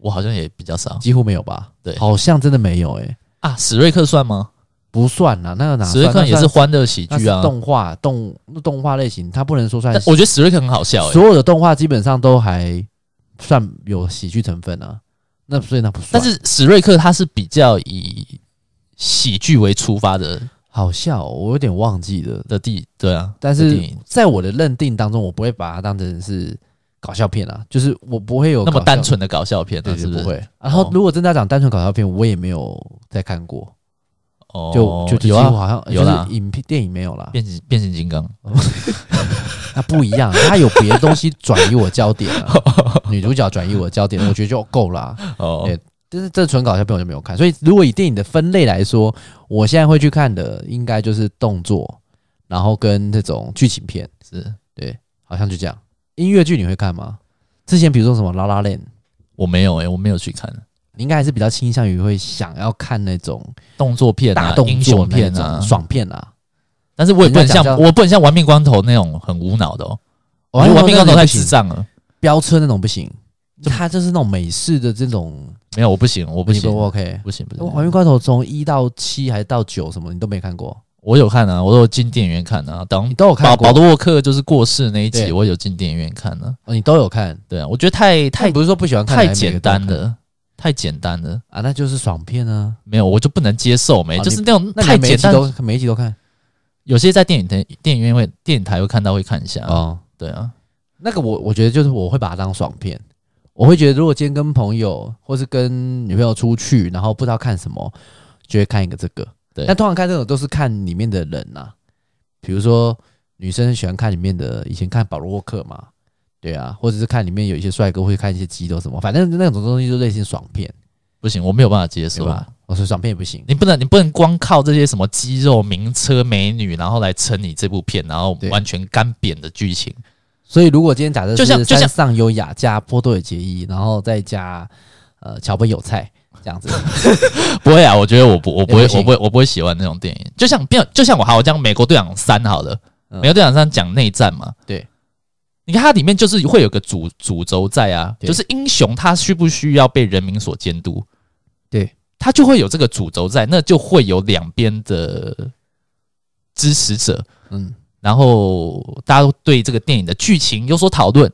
我好像也比较少几乎没有吧？对好像真的没有诶、欸啊。史瑞克算吗？不算啦，那个哪史算？瑞克也那是算欢乐喜那剧啊是，动画动动画类型，它不能说算但喜。我觉得史瑞克很好笑欸诶、所有的动画基本上都还算有喜剧成分啊，那所以那不算。但是史瑞克他是比较以喜剧为出发的好笑哦、我有点忘记了。的地，对啊，但的是电影在我的认定当中，我不会把它当成是搞笑片啊，就是我不会有那么搞笑单，纯的搞笑片、啊，对是不对，不是？会。然后如果真的要讲单纯搞笑片，我也没有再看过，哦，就就就有几啊，乎好像有啦就是影片电影没有啦，变形变形金刚，那不一样，它有别的东西转移我焦点 [LAUGHS] 啊，女主角转移我的焦点，我觉得就够啦。哦，对但是这纯搞笑片我就没有看，所以如果以电影的分类来说，我现在会去看的应该就是动作，然后跟这种剧情片。是好像就这样。音乐剧你会看吗？之前比如说什么《拉拉链》，欸我没有诶、我没有去看，你应该还是比较倾向于会想要看那种动作片啊、大动英作雄那片种、啊，爽片啊。但是我也不能人家像讲叫我不能像玩命关头那种很无脑的哦，我觉得玩命关头太智障了。飙车那种不行，它就是那种美式的这种没有，我不行，我不你行，都我 OK。不行，不玩行。哦命关头从一到七还是到九什么，你都没看过，我有看啊，我都有进电影院看啊。当你都有看保保过，罗沃克就是过世那一集，对我有进电影院看啊。哦你都有看。对啊，我觉得太太太不是说不喜欢看，太还是每简个都单看了，太简单了，啊，那就是爽片啊。没有我就不能接受没，啊就是那种那你太每一简集单。都每一集都看有些在电影台电影院会电影台会看到会看一下。哦。对啊，那个我我觉得就是我会把它当爽片，我会觉得如果今天跟朋友或是跟女朋友出去，然后不知道看什么，就会看一个这个。对但通常看这种都是看里面的人呐、比如说女生喜欢看里面的，以前看保罗沃克嘛，对啊，或者是看里面有一些帅哥会看一些肌肉什么，反正那种东西就类似爽片，不行，我没有办法接对受。吧？我说爽片也不行，你不能，你不能光靠这些什么肌肉、名车、美女，然后来撑你这部片，然后对完全干扁的剧情。所以如果今天假设就像是就像山上优雅加波多野结衣，然后再加呃桥本有菜 [LAUGHS] 这样子，不会啊，我觉得我不，我不会，对不行我不会，我不会喜欢那种电影。就像不要，就像我好，我讲《美国队长三》好了，嗯美国队长三》讲内战嘛。对，你看它里面就是会有个主主轴在啊，对就是英雄他需不需要被人民所监督？对，他就会有这个主轴在，那就会有两边的支持者，嗯，然后大家都对这个电影的剧情有所讨论。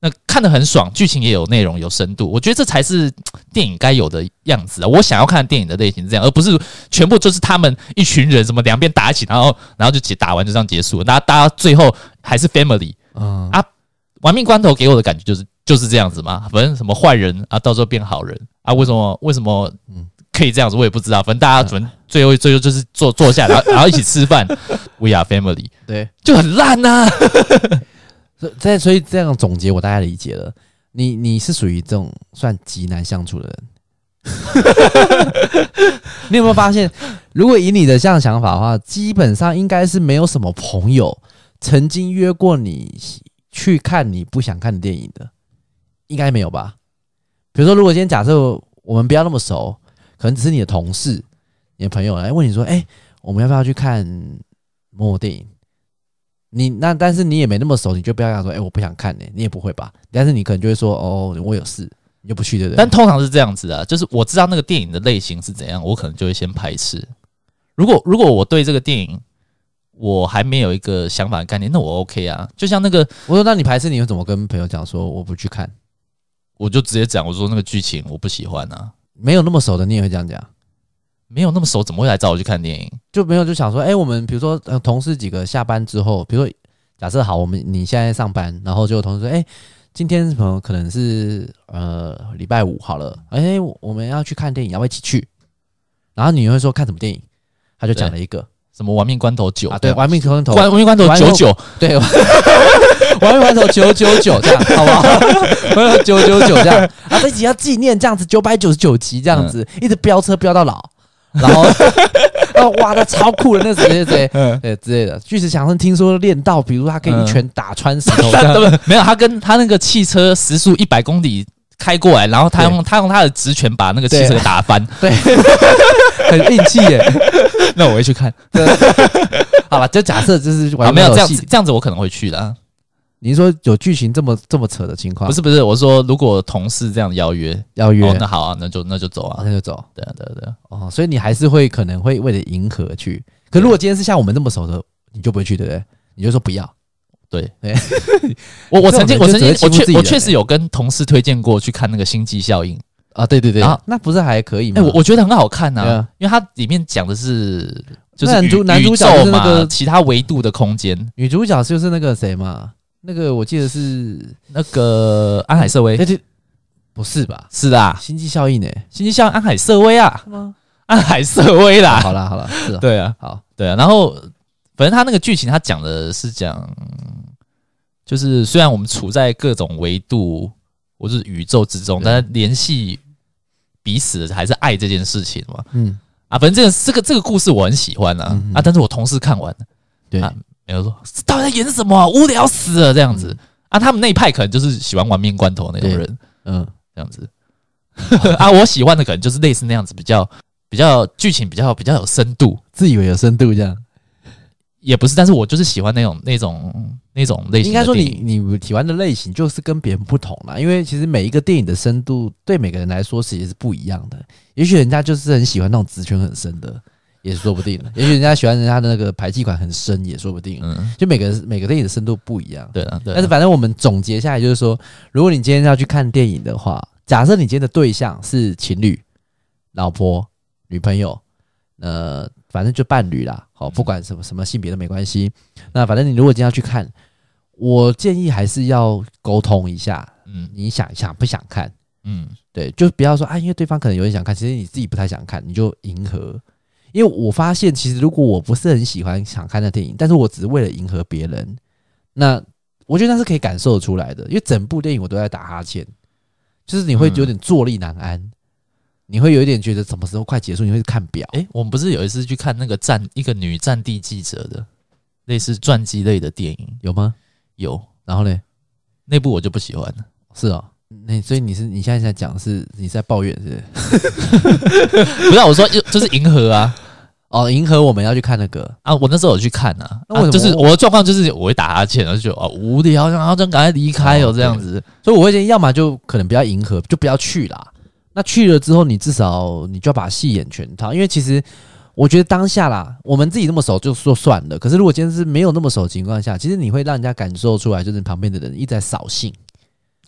那看得很爽，剧情也有内容，有深度，我觉得这才是电影该有的样子啊！我想要看电影的类型是这样，而不是全部就是他们一群人什么两边打起，然后然后就结打完就这样结束，那大家最后还是 family。嗯啊玩命关头给我的感觉就是就是这样子嘛，反正什么坏人啊，到时候变好人啊，为什么为什么嗯可以这样子，我也不知道。反正大家反正最后最后就是坐坐下，然后然后一起吃饭，We are family，对，就很烂啊呐、所以在所以这样总结我大概理解了。你你是属于这种算极难相处的人，你有没有发现？如果以你的这样想法的话，基本上应该是没有什么朋友曾经约过你去看你不想看的电影的，应该没有吧？比如说，如果今天假设我们不要那么熟，可能只是你的同事、你的朋友来问你说：“哎、我们要不要去看某某电影？”你那但是你也没那么熟，你就不要跟他说：“哎、我不想看呢、你也不会吧？但是你可能就会说：“哦，我有事，你就不去，对不对？”但通常是这样子啊，就是我知道那个电影的类型是怎样，我可能就会先排斥。如果如果我对这个电影我还没有一个想法的概念，那我 OK 啊。就像那个，我说：“那你排斥，你会怎么跟朋友讲说我不去看？我就直接讲，我说那个剧情我不喜欢啊，没有那么熟的，你也会这样讲，没有那么熟，怎么会来找我去看电影？就没有就想说，哎、我们比如说、呃、同事几个下班之后，比如说假设好，我们你现在上班，然后就有同事说，哎、今天什么可能是呃礼拜五好了，哎、我我们要去看电影，要不要一起去？然后你会说看什么电影？他就讲了一个什么玩命关头九啊，对，《玩玩命关头》玩命关头玩九九，对，玩玩命关头九九九这样，好不好？玩命九九九这样啊，这集要纪念这样子九百九十九集这样子，嗯一直飙车飙到老，然后 [LAUGHS] 然后哇，那超酷的那谁谁谁。嗯，对之类的，巨石强森听说练到，比如他可以一拳打穿石 [LAUGHS] 头，这他样对不没有，他跟他那个汽车时速一百公里开过来，然后他对用他用他的直拳把那个汽车给打翻，对， [LAUGHS] 很运气耶。 [LAUGHS] 那我会去看。好了，就假设就是啊，玩没有那这种样戏子，，这样子我可能会去的啊。你说有剧情这么这么扯的情况，不是不是，我说如果同事这样邀约，要约哦，，那好啊，那就那就走好啊。那就走对啊对啊对啊，哦，所以你还是会可能会为了迎合去。可如果今天是像我们这么熟的，你就不会去，对不对？你就说不要，对对我我这曾经种人我就曾经只我会欺负自确己我人确欸实有跟同事推荐过去看那个《星际效应》，啊，对对对，啊那不是还可以吗？哎，我我觉得很好看对呐啊，因为它里面讲的是就那是男主宇男主宇角宙就是那嘛个其他维度的空间，女主角就是那个谁嘛，那个我记得是，那个安海瑟薇哎对，不是啊吧？是啦，星际效应呢？星际效应安海瑟薇啊，是吗？安海瑟薇 [LAUGHS] 啦，好啦好啦，是啊，对啊，好，对啊，然后反正他那个剧情，他讲的是讲，就是虽然我们处在各种维度或是宇宙之中，对但是联系彼此还是爱这件事情嘛。嗯。啊，反正这个这个这个故事我很喜欢啊、嗯嗯啊，但是我同事看完，对啊没有说这到底在演什么啊、无聊死了这样子、啊。他们那一派可能就是喜欢玩命关头那种嗯对人，嗯，这样子。 [LAUGHS] 啊，我喜欢的可能就是类似那样子比较比较剧情比较比较有深度，自以为有深度这样。也不是，但是我就是喜欢那种那种那种类型应的该说电影。你你喜欢的类型就是跟别人不同啦，因为其实每一个电影的深度对每个人来说其实是不一样的。也许人家就是很喜欢那种职权很深的，也说不定；也许人家喜欢人家的那个排气管很深，也说不定。嗯，就每个每个电影的深度不一样。对了，对啦，啊但是反正我们总结下来就是说，如果你今天要去看电影的话，假设你今天的对象是情侣、老婆、女朋友，呃，反正就伴侣啦，好，不管什么什么性别都没关系。那反正你如果今天要去看，我建议还是要沟通一下，嗯你想想不想看？嗯对，就不要说啊，因为对方可能有点想看，其实你自己不太想看，你就迎合。因为我发现，其实如果我不是很喜欢想看的电影，但是我只是为了迎合别人，那我觉得那是可以感受得出来的。因为整部电影我都在打哈欠，就是你会有点坐立难安，你会有一点觉得什么时候快结束，你会看表。诶，我们不是有一次去看那个战一个女战地记者的类似传记类的电影，有吗？有然后嘞，那部我就不喜欢了。是哦，那所以你是你现在在讲是你是在抱怨是不是？不是啊我说就是 [LAUGHS] 银河啊哦，迎合我们要去看那个，啊！我那时候有去看啊，那为啊什么就是我的状况就是我会打哈欠，然后就觉得哦无聊，然后就赶快离开哦哦这样子。所以我会建议，要么就可能不要迎合，就不要去啦。那去了之后，你至少你就要把戏演全套，因为其实我觉得当下啦，我们自己那么熟就说算了。可是如果今天是没有那么熟的情况下，其实你会让人家感受出来，就是旁边的人一直在扫兴，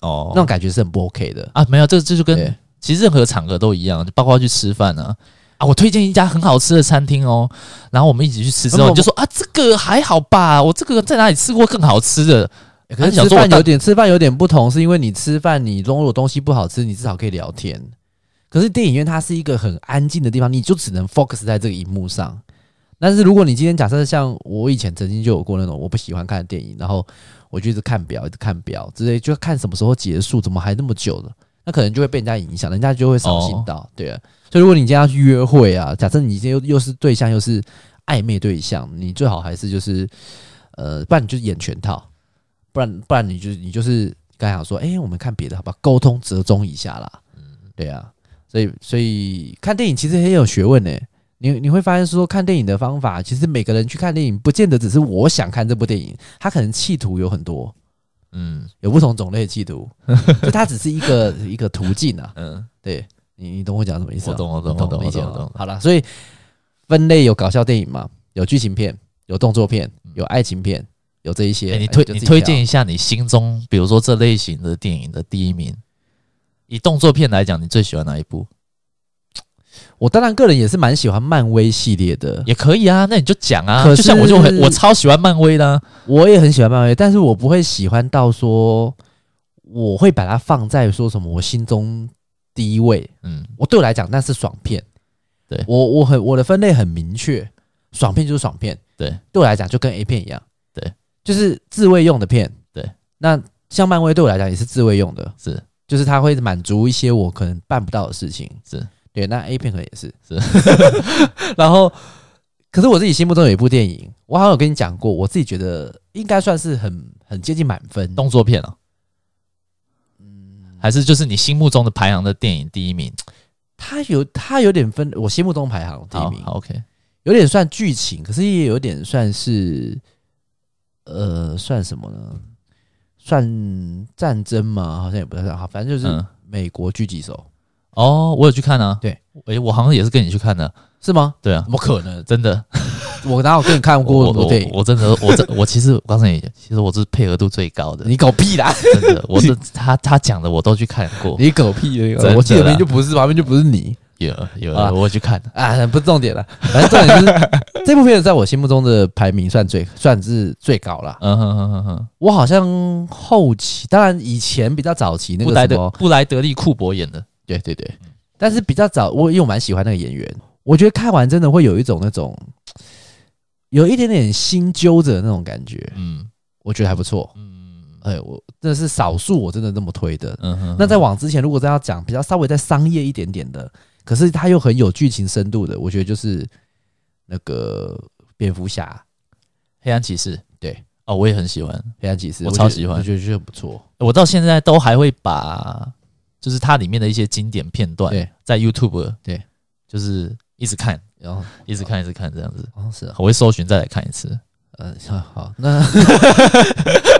哦那种感觉是很不 OK 的。啊没有，这这就跟对其实任何场合都一样，就包括去吃饭啊。啊，我推荐一家很好吃的餐厅哦，然后我们一起去吃之那后，么你就说啊，这个还好吧，我这个在哪里吃过更好吃的？欸可啊是想吃说我饭大有点吃饭有点不同，是因为你吃饭你如果东西不好吃，你至少可以聊天。可是电影院它是一个很安静的地方，你就只能 focus 在这个荧幕上。但是如果你今天假设像我以前曾经就有过那种我不喜欢看的电影，然后我就一直看表，一直看表之类，就看什么时候结束，怎么还那么久呢？那可能就会被人家影响，人家就会扫兴到，对啊。所以如果你今天要去约会啊，假设你今天又又是对象又是暧昧对象，你最好还是就是呃，不然你就演全套，不然不然你就你就是刚才想说，哎、我们看别的好吧，沟通折中一下啦，对啊。所以所以看电影其实很有学问呢、你你会发现说看电影的方法，其实每个人去看电影，不见得只是我想看这部电影，它可能企图有很多，嗯有不同种类的 [LAUGHS] 企图，就它只是一个一个途径啊。嗯，对你你懂我讲什么意思、啊？我懂我懂你我懂理我解懂吗我懂。好了，所以分类有搞笑电影嘛，有剧情片，有动作片，有爱情片，有这一嗯些。哎，你哎推就你自己推挑荐一下你心中，比如说这类型的电影的第一名，以动作片来讲，你最喜欢哪一部？我当然个人也是蛮喜欢漫威系列的，也可以啊，那你就讲啊，可就像我就很是我超喜欢漫威的啊、我也很喜欢漫威，但是我不会喜欢到说我会把它放在说什么我心中第一位。嗯我对我来讲那是爽片，对我我很我的分类很明确，爽片就是爽片，对，对我来讲就跟 A 片一样，对，就是自慰用的片，对。那像漫威对我来讲也是自慰用的，是就是它会满足一些我可能办不到的事情，是对。那 A 片可能也是是， [LAUGHS] 然后，可是我自己心目中有一部电影，我好像有跟你讲过，我自己觉得应该算是很很接近满分。动作片啊，嗯，还是就是你心目中的排行的电影第一名，它有它有点分，我心目中排行第一好名好，，OK，有点算剧情，可是也有点算是，呃，算什么呢？算战争吗？好像也不太算，好，反正就是嗯，美国狙击手、哦，我有去看啊，对，诶、我好像也是跟你去看的，是吗？对啊怎。么可能？真的，我哪有跟你看过我那么我多电影？我真的，我真 [LAUGHS] 我其实我告诉你，其实我是配合度最高的，你狗屁啦！真的，我是他他讲的我都去看过，你狗屁真的啦我记得明明就不是，旁边就不是你。有有好啦有我去看，啊，不是重点了，反正重点 [LAUGHS] 是这部片在我心目中的排名算最算是最高啦。嗯哼哼哼哼，我好像后期，当然以前比较早期那布个莱什德么，布莱德利库伯演的，对对对，嗯但是比较早，我因为我蛮喜欢那个演员，我觉得看完真的会有一种那种有一点点心揪着的那种感觉，嗯我觉得还不错。嗯哎，我真的是少数我真的这么推的，嗯哼，那再往之前，如果真要讲比较稍微再商业一点点的，可是它又很有剧情深度的，我觉得就是那个蝙蝠侠、黑暗骑士，对，哦，我也很喜欢，黑暗骑士，我觉超得喜欢我觉得就很不错。我到现在都还会把就是它里面的一些经典片段，对，在 YouTube 对，就是一直看，然后一直看，一直看这样子。好像是啊，我会搜寻再来看一次。嗯， [LAUGHS] 好，那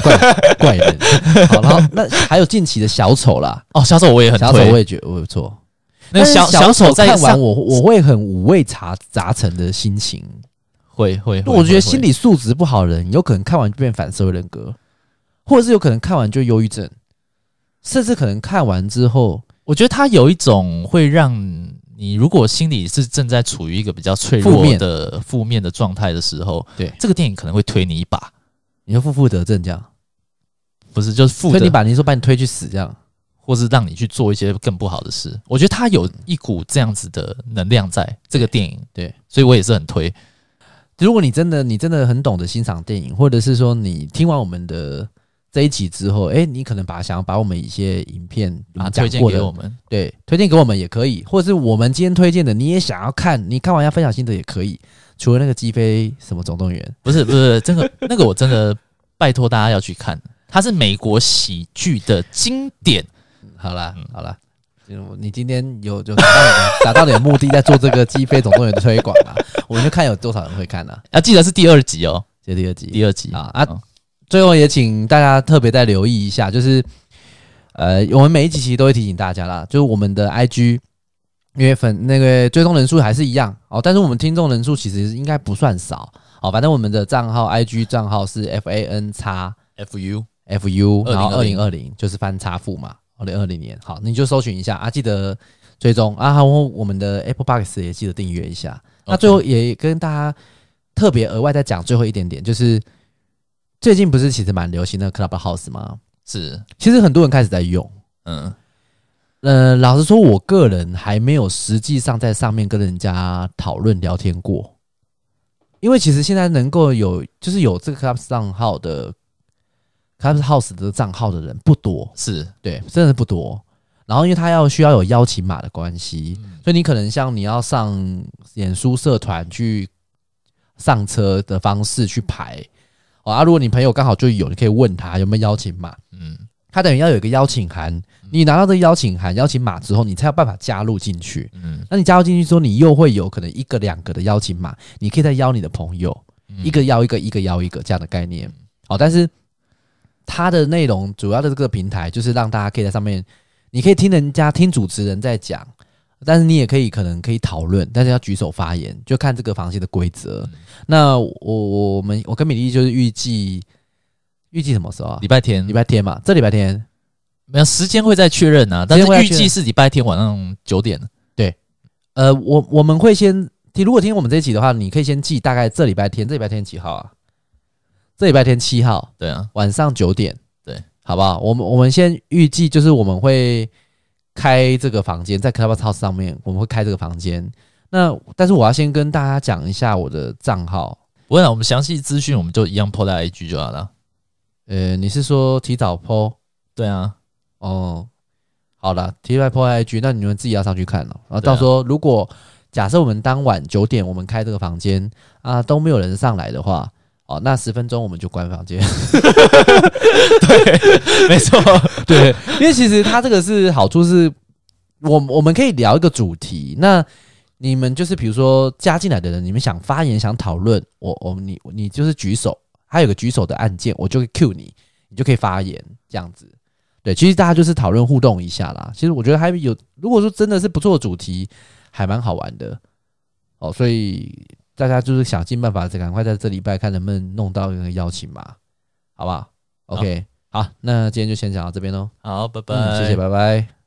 怪怪 [LAUGHS] 人，好，然后那还有近期的小丑啦，哦，小丑我也很小丑我推，也觉得我不错，那个但是小小丑在看上完我我会很五味杂杂陈的心情，会会，会我觉得会心理素质不好的人，有可能看完就变反社会人格，或者是有可能看完就忧郁症，甚至可能看完之后我觉得它有一种会让你，如果心里是正在处于一个比较脆负弱面的负面的状态的时候，对这个电影可能会推你一把，你你就负负得正这样，不是就是负所以的，你把你说把你推去死这样，或是让你去做一些更不好的事。我觉得它有一股这样子的能量在这个电影，对，所以我也是很推。如果你真的你真的很懂得欣赏电影，或者是说你听完我们的这一集之后，哎、你可能把想要把我们一些影片我啊，们推讲荐过给的，我们，对，推荐给我们也可以，或者是我们今天推荐的你也想要看，你看完要分享心得也可以。除了那个鸡飞什么总动员，不是不是这个 [LAUGHS] 那个，我真的拜托大家要去看，它是美国喜剧的经典。好啦、好啦，就你今天有有达到你的达到你的目的，在做这个鸡飞总动员的推广啊，我们就看有多少人会看啊。啊，记得是第二集哦，这第二集，第二集啊啊！最后也请大家特别再留意一下，就是呃，我们每一集其实都会提醒大家啦，就是我们的 IG 因为粉那个追踪人数还是一样哦，但是我们听众人数其实应该不算少哦，反正我们的账号 IG 账号是 F A N 叉 F U F U，然后二2020零二零就是翻叉付嘛，二零二零年，好，你就搜寻一下啊，记得追踪啊，然后我们的 Apple Box 也记得订阅一下。那最后也跟大家特别额外再讲最后一点点，就是最近不是其实蛮流行的 Clubhouse 吗？是其实很多人开始在用。嗯呃，老实说，我个人还没有实际上在上面跟人家讨论聊天过，因为其实现在能够有就是有这个 Club 账号的 Clubhouse 的账号的人不多，是对，真的不多。然后因为他要需要有邀请码的关系，所以你可能像你要上演书社团去上车的方式去排哦啊，如果你朋友刚好就有，你可以问他有没有邀请码，嗯。他等于要有一个邀请函，你拿到这个邀请函、邀请码之后，你才有办法加入进去。嗯那你加入进去之后，你又会有可能一个、两个的邀请码，你可以再邀你的朋友，嗯一个邀一个，一个邀一个这样的概念。好、但是它的内容主要的这个平台就是让大家可以在上面，你可以听人家听主持人在讲，但是你也可以可能可以讨论，但是要举手发言，就看这个房间的规则。那我我我们我跟米粒就是预计预计什么时候啊礼？拜天礼拜天嘛，这礼拜天没有时间会再确认啊，但间是会再预确认计是礼拜天晚上九点。呃，我我们会先听，如果听我们这一集的话，你可以先记大概这礼拜天，这礼拜天几号啊？这礼拜天七号对啊，晚上九点，对，好不好？我们我们先预计就是我们会开这个房间，在 Clubhouse 上面我们会开这个房间。那但是我要先跟大家讲一下我的账号，不会啊，我们详细资讯我们就一样 po 在 IG 就好了。呃，你是说提早 PO 对 [LAUGHS] 啊，哦，好了，提外破 IG，那你们自己要上去看了、哦然后对啊到时候如果假设我们当晚九点我们开这个房间啊都没有人上来的话，哦，那十分钟我们就关房间。没错，对， [LAUGHS] 因为其实它这个是好处是，我我们可以聊一个主题。那你们就是比如说加进来的人，你们想发言想讨论，我我你你就是举手，还有个举手的按键，我就会 cue 你，你就可以发言这样子。对，其实大家就是讨论互动一下啦。其实我觉得还有，如果说真的是不错的主题，还蛮好玩的哦。所以大家就是想尽办法，赶快在这礼拜看能不能弄到一个邀请码，好不好？OK，好，那今天就先讲到这边喽。 [LAUGHS] 好，拜拜，嗯，谢谢，拜拜。